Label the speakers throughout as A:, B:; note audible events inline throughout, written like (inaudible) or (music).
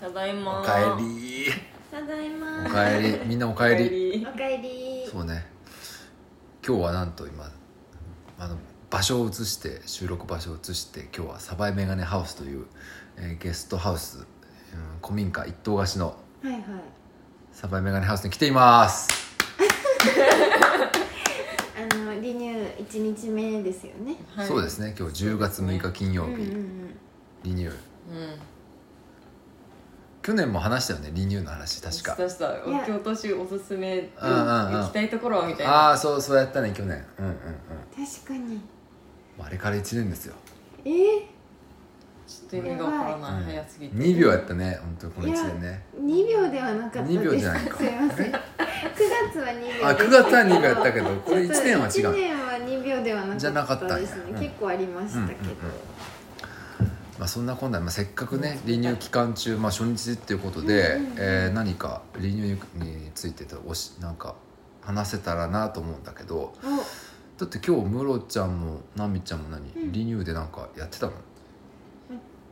A: ただいま
B: おかえり
A: ただいま
B: おかえりみんなおかえり
A: り
C: おかえり
B: そうね今日はなんと今あの場所を移して収録場所を移して今日はサバイメガネハウスという、えーゲストハウス、うん古民家一棟貸しの
C: はいはい
B: サバイメガネハウスに来ています
C: あの離乳一日目ですよね
A: はい
B: そうですね今日10月6日金曜日、
C: うんうんうん
B: リニュー
A: うん
B: 去年も話したよねリニューの話確か
A: 出した
C: いや
A: 京都市おすすめ
B: うんうんうん
A: 行きたいところみたいな
B: ああそうそうやったね去年うんうんうん
C: 確かに
B: もうあれから1年ですよ
C: え
A: ちょっと意味がわからない
B: うん
A: 早すぎて
B: 2秒やったね本当にこの1年ね
C: 二秒ではなかったです
B: 二秒じゃないか
C: すいません九月は二秒です
B: あ9月は2秒やったけどこれ1年は違
C: 一
B: う、
C: 年は二秒では
B: じゃな
C: な
B: か
C: か
B: っ
C: ったた
B: んや
C: ですね
B: うん
C: 結構ありましたけど、
B: うんうんまあ、そんな今度は、まあ、せっかくね離乳期間中、まあ、初日っていうことで、
C: うんうんうん
B: えー何か離乳についてとおしなんか話せたらなと思うんだけど
C: お
B: だって今日ムロちゃんもナミちゃんも何、
C: ん
B: 離乳でなんかやってたの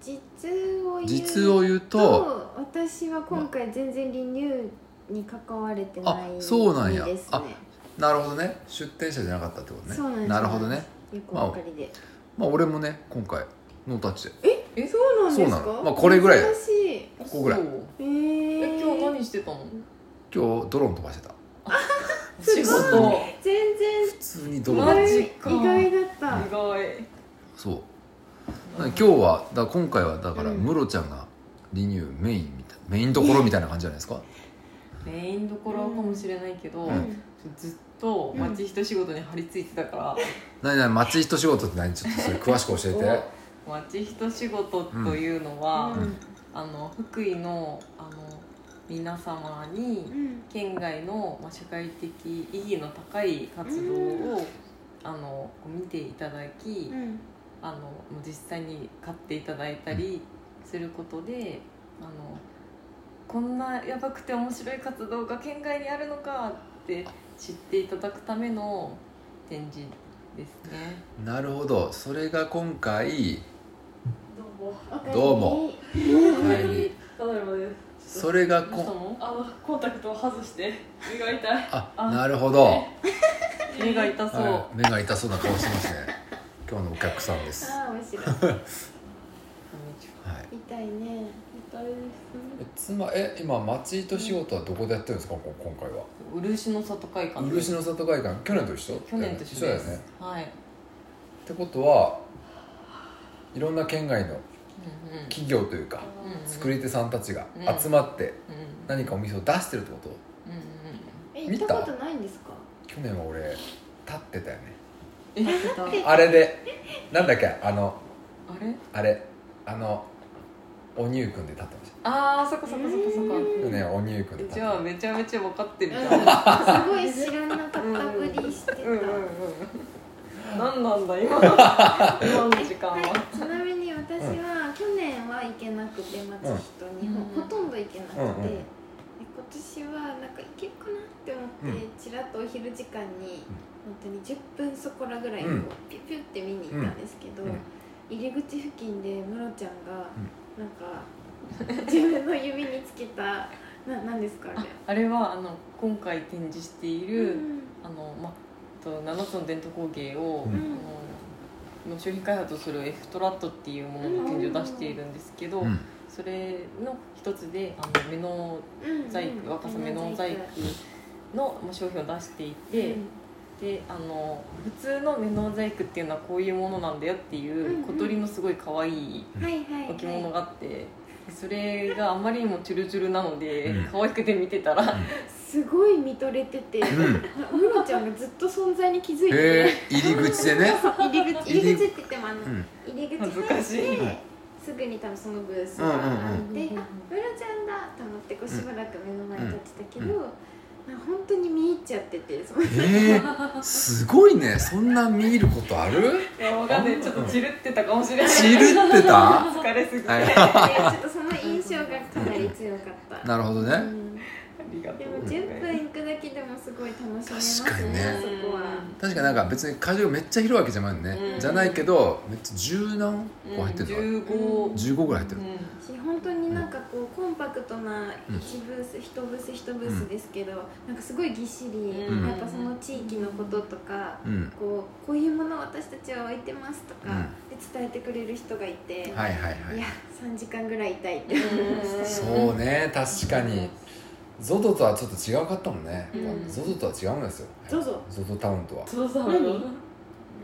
C: 実を言う
B: 実を言うと
C: 私は今回全然離乳に関われてない
B: あそうなんや
C: ですね
B: あなるほどね出店者じゃなかったってことね
C: そうなんです
B: るほどね
C: よくわかりで、
B: まあ俺もね今回ノータッチで
A: えそ
C: そうなんです
B: そ
C: か
B: うなのまあこれぐらいだよ
C: 珍しいう
B: ここぐらい
A: そう
C: え
A: え
C: ー、
A: 今日何してたの
B: 今日ドローン飛ばしてた
C: すご
A: 仕
C: い
A: 事
C: 全然
B: 普通にド
C: 意
B: ローン
A: マ
C: 外
A: ジ
C: 意
A: か
C: 外だった、
A: 意外
B: そう今日はだから今回はだから
C: うん
B: ムロちゃんがリニューメインみたいメインどころみたいな感じじゃないで
A: (laughs)
B: すか
A: メインどころかもしれないけど
B: う
A: ずっと町人仕事に張り付いてたから
B: 何何町人仕事って何ちょっとそれ詳しく教えて
A: 町人仕事というのは
C: うん
A: あの福井のあの皆様に
C: うん
A: 県外の、まあ、社会的意義の高い活動を、あのこう見ていただき、
C: うん
A: あのもう実際に買っていただいたりすることであのこんなやばくて面白い活動が県外にあるのかって知っていただくための展示ですね。
B: なるほどそれが今
A: (laughs)
B: 回
D: どうも。
C: おかえり
B: どうも帰り
D: ただいまです。
B: それが
A: どうした
B: こ
A: の
D: あのコンタクトを外して目が痛い。
B: あ
A: あ
B: なるほど
A: 目が痛そう、
B: はい目が痛そうな顔してますね今日のお客さんですは
C: ああ面白い
A: こんにちはい
C: 痛いね
D: 痛いです。
B: えつまえ今町人仕事はどこでやってるんですかこ今回は
A: 漆の里会館です
B: 漆の里会館去年と一緒
A: 去年と一緒
B: だよ
A: で
B: ね
A: す、はい、
B: ってことはいろんな県外の
A: うんうん
B: 企業というか
A: うん
B: 作り手さんたちが
A: うん
B: 集まって
A: うん
B: 何かお店を出してるってこと
A: うんうん
C: え
B: 見
C: 行
B: た
C: ったことないんですか
B: 去年は俺立ってたよね
A: えあれ
B: あれでなんだっけあのあれあのおにゅうくんで立ってました
A: あーそっかそっかそっかそっか
B: 去年はおにゅうくんで立っ
A: じ
B: て
A: ゃあ
B: ま
A: めちゃめちゃ分かって
C: う
A: る
C: ん
A: じ
C: (laughs) す
A: ゃん、
C: ごい知らなかったぶりしてた
A: うんうんうん何なんだ今今の時間
C: はい
A: は、
C: ちなみに私は去年は行けなくて町人に
A: うん
C: ほほとんど行けなくて、
B: うんうん
C: で今年はなんか行けるかなって思って、ちらっとお昼時間に本当に10分そこらぐらいこう、
B: うん
C: ピュピュって見に行ったんですけど、
B: うんうん
C: 入り口付近でムロちゃんが
B: うん
C: なんか、自分の指につけたななんですかあれ。
A: あれはあの今回展示している、
C: うん
A: あのまあと7つの伝統工芸を、
B: うん
A: あのの商品開発をするエフトラットっていうものの展示を出しているんですけど、
B: うん
A: それの一つであの目の
C: うん
A: 細工若さめの細工のまあ商品を出していて、
C: うん
A: であの普通のメノ細工っていうのはこういうものなんだよっていう、
C: うんうん
A: 小鳥のすごい可愛い
C: はいはい、はい、
A: 置物があって、それがあまりにもチュルチュルなので、
B: うん
A: 可愛くて見てたら
C: すごい見とれてて、
B: うんうん
C: ムロちゃんがずっと存在に気づいて
B: へ
C: て
B: え入り口でね
C: 入り口入り口って言ってもあの、
B: うん
C: 入り口
A: 恥ずかしい
C: 入ってすぐに多分そのブースがあって、
A: うんうんうん
C: あムロちゃんだと思ってこうしばらく目の前に立ってたけど、なんか本当に見入っちゃっててその
B: えー、すごいねそんな見入ることある
A: いやわかんないちょっとチルってたかもしれない
B: 散るってた
A: 疲れすぎて、
B: はい
C: ちょっとその印象がかなり強かった。
B: なるほどね、
C: うん
A: なんりがと
C: で
A: う
C: も10分行くだけでもすごい楽しめますね
B: 確かにね
C: あそこは
B: 確かなんか別に会場めっちゃ広いわけじゃないのね、
A: うん
B: じゃないけどめっちゃ十何個入ってるの、
A: 15
B: 15ぐらい入ってる、
C: し本当になんかこうコンパクトな
B: うん
C: 1ブース1ブース1ブースですけど、なんかすごいぎっしり、
B: うん
C: やっぱその地域のこととか、
B: うん
C: こうこういうものを私たちは置いてますとか、
B: うん
C: で伝えてくれる人がいて、
B: はいはいはい
C: いや3時間ぐらいいたいって
B: そうね確かに ZOZO とはちょっと違うかったもんね、
A: うん
B: ZOZO とは違うんですよ
D: ZOZO
B: ZOZO タウンとは
D: そうそう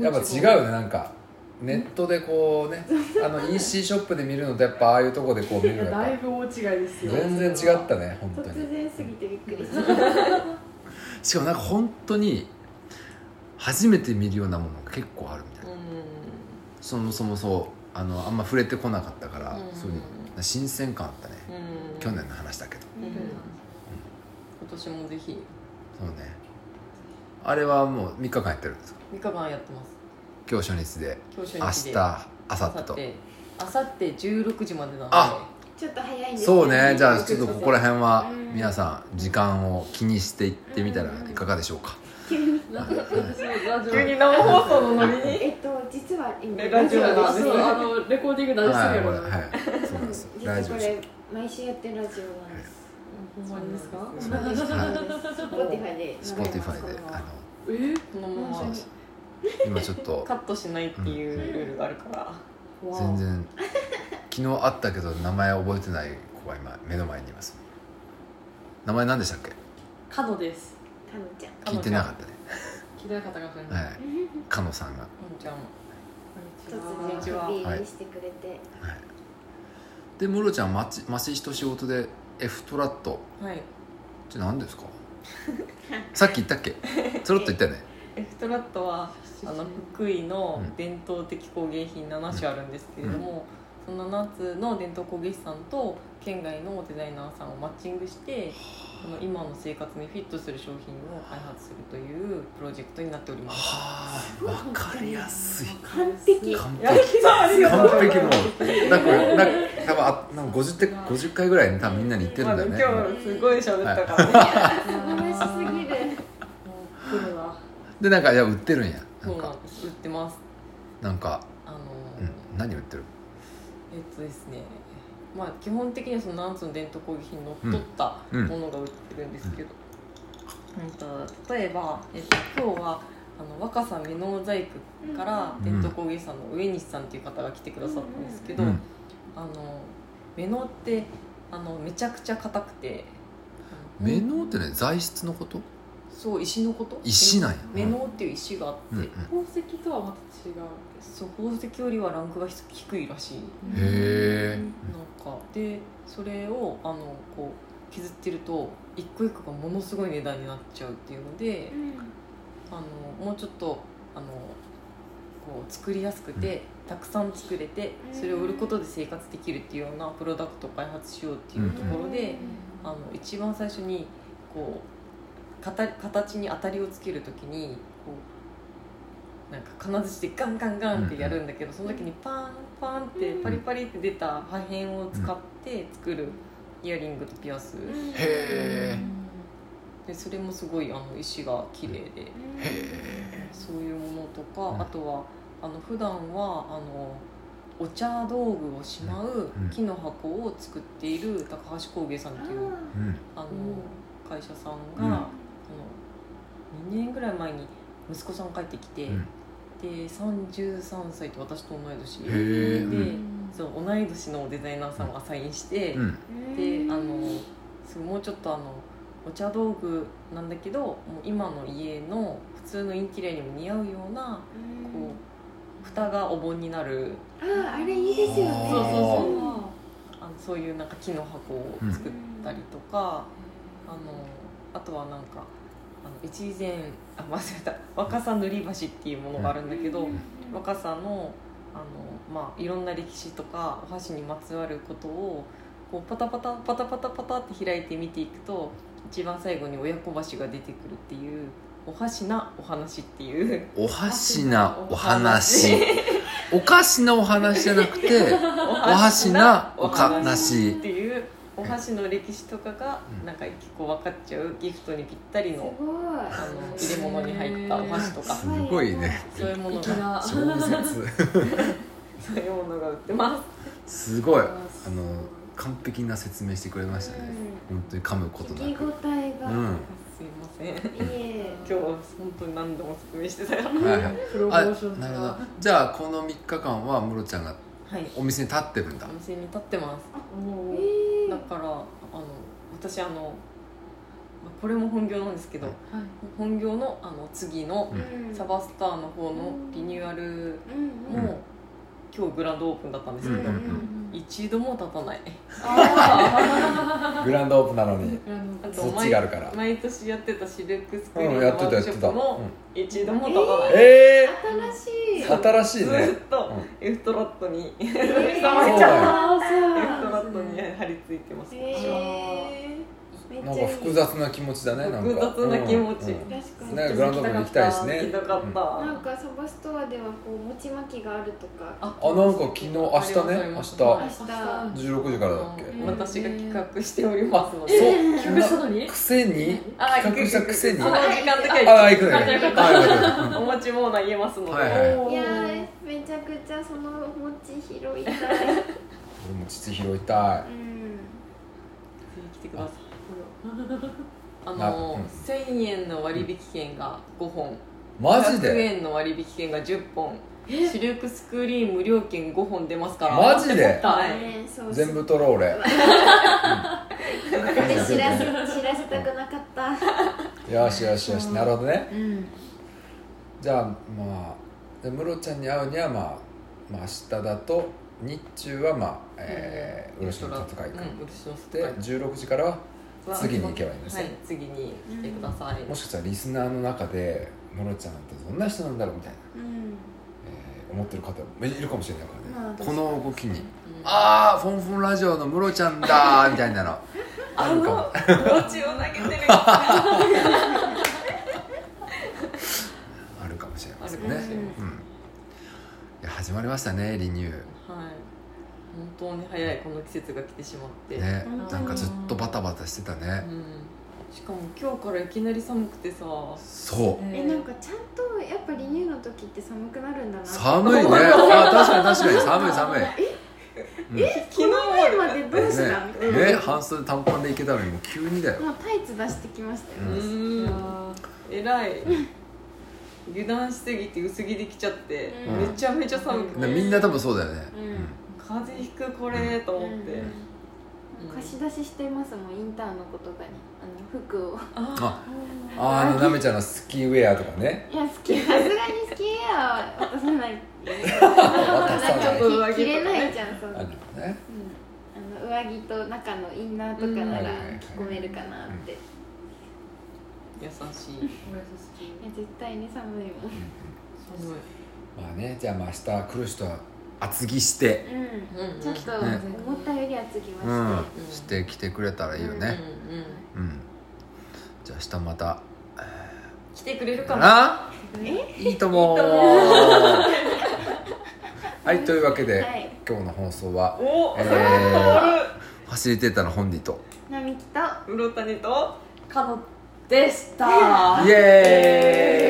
B: やっぱ違うねなんかネットでこうねあの EC ショップで見るのとやっぱああいうとこでこう見るのやっぱ
D: だいぶ大違いですよ
B: 全然違ったね本当に
C: 突然すぎてびっくりした
B: しかもなんか本当に初めて見るようなものが結構あるみたいな、そもそもそうあのあんま触れてこなかったか
A: う
B: ら、
A: ん
B: そういうの新鮮感あったね、
A: うん
B: 去年の話だけど
A: うん今年もぜひ
B: そうねあれはもう3日間やってるんですか
A: 3日間やってます
B: 今日初日で
A: 今日
B: 明
A: 初日
B: 日
A: で
B: 明後日
A: 明後
B: と
A: 日明後日16時までなので
B: あ
C: ちょっと早いんですけど
B: そうねじゃあちょっとここら辺は
C: うん
B: 皆さん時間を気にしていってみたらいかがでしょうか、
A: 急に生放送のノリに
C: えっと実は今
D: ラジオ
C: ラジ
D: だ
C: オです
D: そうあのレコーディング何し
B: はい
D: てる
B: こ
D: の
B: れ
D: ほん
B: はいそうなんです
C: 実は
B: 大丈
C: こ
B: 夫です
C: れ毎週やってるラジオなんです
D: まにですか
B: そうなんです
C: スポティファイで
B: スポティファイであの
D: えー
A: このま
B: そう
A: ま
B: です今ちょっと
A: カットしないっていうルールがあるから
D: わあ
B: 全然昨日会ったけど名前覚えてない子が今目の前にいます名前何でしたっけ
D: カノです
C: タムちゃん
A: か
B: 聞い
A: の
B: て
A: ちゃ
B: なんかったね
D: 聞いてなかったかもしれない
B: はいかのさんが
A: かのちゃん
D: こんに
C: 突
D: ち
C: 然
D: は
C: 飛び入りしてくれて、
B: でムロちゃん町町人仕事で F トラット
A: はい
B: って何です
A: (laughs)
B: かさっき言ったっけつろっと言ったよね
A: エフトラットはあの福井の伝統的工芸品7種あるんですけれども、その7つの伝統工芸士さんと県外のデザイナーさんをマッチングしてその今の生活にフィットする商品を開発するというプロジェクトになっております
B: はあ分かりやすい
C: 完璧
B: 完
A: や
B: 璧
A: ったありがとうご
B: 完
A: ざい
B: 璧
A: ます
B: もうなんかこれなんか多分あなんか 50, て50回ぐらいに多分みんなに言ってるんだよね、
A: まあ今日すごい喋ったからね、
C: 素晴らしすぎる
D: もう来るわ
B: でなんかいや売ってるんやな
A: そ
B: ん
A: うな
B: か
A: んです売ってます
B: なんか、
A: あの、
B: うん、何売ってる
A: えっとですねまあ基本的にはその7つの伝統工芸品にのっとった
B: うん
A: ものが売ってるんですけど、うんと例えば、えっと、今日はあの若狭目の細工から
B: うん
A: 伝統工芸士さんの上西さんっていう方が来てくださったんですけど、
B: うん
A: あの目のってあのめちゃくちゃ硬くてあの
B: 目のってね材質のこと
A: そう石のこと
B: 石なんや
A: 目のっていう石があって、
B: うんうん
D: 宝石とはまた違う
A: そう宝石よりはランクが低いらしい
B: へえ
A: なんかでそれをあのこう削ってると一個一個がものすごい値段になっちゃうっていうのであのもうちょっとあのこう作りやすくて、たくさん作れてそれを売ることで生活できるっていうようなプロダクトを開発しようっていうところで、あの一番最初にこう形形に当たりをつけるときにこうなんか金槌でガンガンガンってやるんだけど、その時にパーンパーンってパリパリって出た破片を使って作るイヤリングとピアス
B: へ
A: でそれもすごいあの石が綺麗で。
B: えへえ
A: そういうものとか、
B: うん
A: あとはあの普段はあのお茶道具をしまう
B: うん
A: 木の箱を作っている高橋工芸さんっていう
B: うん
A: あの会社さんが、
B: うん
A: あの2年ぐらい前に息子さん帰ってきて、
B: うん
A: で33歳と私と同い年
B: へえう
A: で、
B: ん
A: そう同い年のデザイナーさんがサインして、
B: うん
A: であのそうもうちょっとあのお茶道具なんだけどもう今の家の普通のインテリアにも似合うようなこう蓋がお盆になる
C: あああれいいですよね
B: そうそうそう
A: あのそういうなんか木の箱を作ったりとか、あのあとはなんかあの越前あ間違えた若狭塗り橋っていうものがあるんだけど、若さのあの、まあ、いろんな歴史とかお箸にまつわることをこうパタパタパタパタパタって開いて見ていくと一番最後に親子箸が出てくるっていうお箸なお話っていう
B: お箸なお (laughs) 話おかしなお話じゃなくて
A: お
B: お箸なお
A: お話
B: 話
A: っていうおお箸の歴史とかが
B: うん
A: なんか結構分かっちゃうギフトにぴったり
C: す
A: のあ
C: ご
A: の入れ物に入ったお箸とか
B: すごいね
A: そういうもの
D: 粋
A: が
D: な
B: 超絶
A: そういうものが売ってます
B: すごい
D: あ
B: あの完璧な説明してくれましたね本当に噛むこと
C: い
B: な
C: 聞き
B: く
C: 応
B: う
C: えが、い
B: ん
A: すいません
C: え
A: 今日は本当に何度も説明してたよ
B: はいはい
D: プロモ
B: あ
D: ーション
B: なるほど
D: が
B: じゃあこの3日間はムロちゃんが
A: はい
B: お店に立ってるんだ
A: お店に立ってます
D: お
C: え
D: ー
C: ー
A: だからあの私あのまあこれも本業なんですけど
B: うん
D: はい
A: 本業のあの次の
C: うん
A: サバスターの方のリニューアル
C: うんうん
A: も今日グランドオープンだったんですけど、
B: うん
A: 一度も立たない
B: グランドオープンなのに
D: あの
A: あと
B: そっちがあるから
A: 毎年やってたシルクスクリー
B: う
A: ン
B: ん
A: の
B: や
A: ワ
B: ってた
A: ー
B: や
A: ク
B: っ
A: ショ
B: て
A: ッ
B: た、
A: プ
B: うん
A: も一度も立たない、
B: え
C: 新しい
B: え新しい
A: ず
B: ね
A: っと
B: うん
A: エフトラットにエフ
C: えー
A: さまえち
B: ゃ
C: そうだよ
A: トラットに張り付いてます、
C: えーめっちゃ
B: ないん
C: い
B: か複雑な気持ちだねなんか
A: 複雑な気持ち
B: うん
C: 確か
B: うん
C: に
B: なんかグランドオープン行きたいし
A: 行き
B: ね
A: たかっ
B: うん
A: た、
C: なんかサバストアではこう餅巻きがあるとか
A: あ
B: あなんか昨日明日ね明日
C: 明日
D: 明日
B: 16時からだっけ、
A: うん私が企画しておりますの
D: え
A: で、
D: ー企画したのに
B: くせに
A: あ
B: 企画したくせに
A: その
B: あ
A: 時間とか
B: あ行くね
A: あじゃあよかった
B: は
A: お持ちもな言えますので、
B: はいはい
D: おー
C: いやーめちゃくちゃその餅拾いたい
B: い俺も父拾いたい
C: うん
A: ぜひ来てくださいあ
B: な
A: の、
B: うん
A: 1000円の割引券が5本
B: マジ
A: 100
B: で
A: 円の割引券が10本
D: え
A: シルクスクリーン無料券5本出ますから
B: マジで
A: はい
C: ねそう
B: 全部取ろう俺
C: で知らせ知らせたくなかった
B: よしよしよしなるほどね
C: うん
B: じゃあまあでムロちゃんに会うにはまあ、まあ、明日だと日中はまあ、えー、漆の里会行
A: うん
B: く、
A: 漆の里
B: で16時からは
A: は
B: 次に行けばいいんです
A: は
B: ね、
A: い次に来てください、
B: もしかしたらリスナーの中でムロちゃんってどんな人なんだろうみたいな、
C: うん
B: えー思ってる方もいるかもしれないからね、
C: まあ
B: この動き
A: うん
B: にああフォンフォンラジオのムロちゃんだーみたいな
C: (laughs)
B: のあ
A: あ
B: る
A: の (laughs)
B: かも
A: おちを投げてるあ
B: あるかもしれませ
A: るか
B: ん
A: も
B: ね
A: しれま
B: うんいや始まりましたねリニュー
A: せんはい本当に早いこの季節が来てしまって、
B: ね
C: うん
B: なんかずっとバタバタしてた
A: う
B: ね、
A: ん、しかも今日からいきなり寒くてさ
B: そう
C: えなんかちゃんとやっぱリニューの時って寒くなるんだな
B: 寒
C: (laughs)
B: いねあ確かに確かに寒い寒い
A: 昨日
C: 前までどうしたみたいな、
B: ねね半袖短パンでいけたのにもう急にだよ
C: もうタイツ出してきましたよ、
A: う
B: うん
D: いや
A: ん
D: ー
A: えらい油断しすぎて薄着できちゃって、
C: う
A: め
C: ん
A: ちゃめちゃ寒くて、
B: ねみんな多分そうだよね、
C: うん
A: 風邪ひくこれと思って、
C: うん
A: うん
C: 貸し出ししてますもんインターンの子とかにあの服を
A: あ
B: ああーあのなめちゃんのスキーウェアとかね
C: いや好きさすがにスキーエアは渡さない
B: (laughs) 渡さな
C: なんか
B: い
A: ちょっと上着とかね
C: 着着れないじゃんそう、うん、
B: あ
C: あ
B: のね
C: の上着と中のインナーとかなら
B: うん
C: 着込めるかなって、
A: 優しい
D: おやすみ
C: いや絶対に寒いもん
A: 寒い
B: まあねじゃあまあ明日来る人は厚着して、
C: うん
A: うんうん
C: ちょっと
B: ね
C: 思ったより厚着ま
B: う
C: して、
B: ん
C: は、
B: して来てくれたらいいよね
A: うんうん
B: うん、じゃあ明日また
A: 来てくれるか
B: か
A: な
B: な
C: え
B: い
A: い
B: いとも
A: いとも
B: はいというわけで、
C: い
B: 今日の放送は
A: お
B: え
A: 変
B: ー、
A: わ
B: ファシリテーターの本人と
C: 並木と
A: るうろたにとかのでした
B: イエー
A: (laughs)
B: イ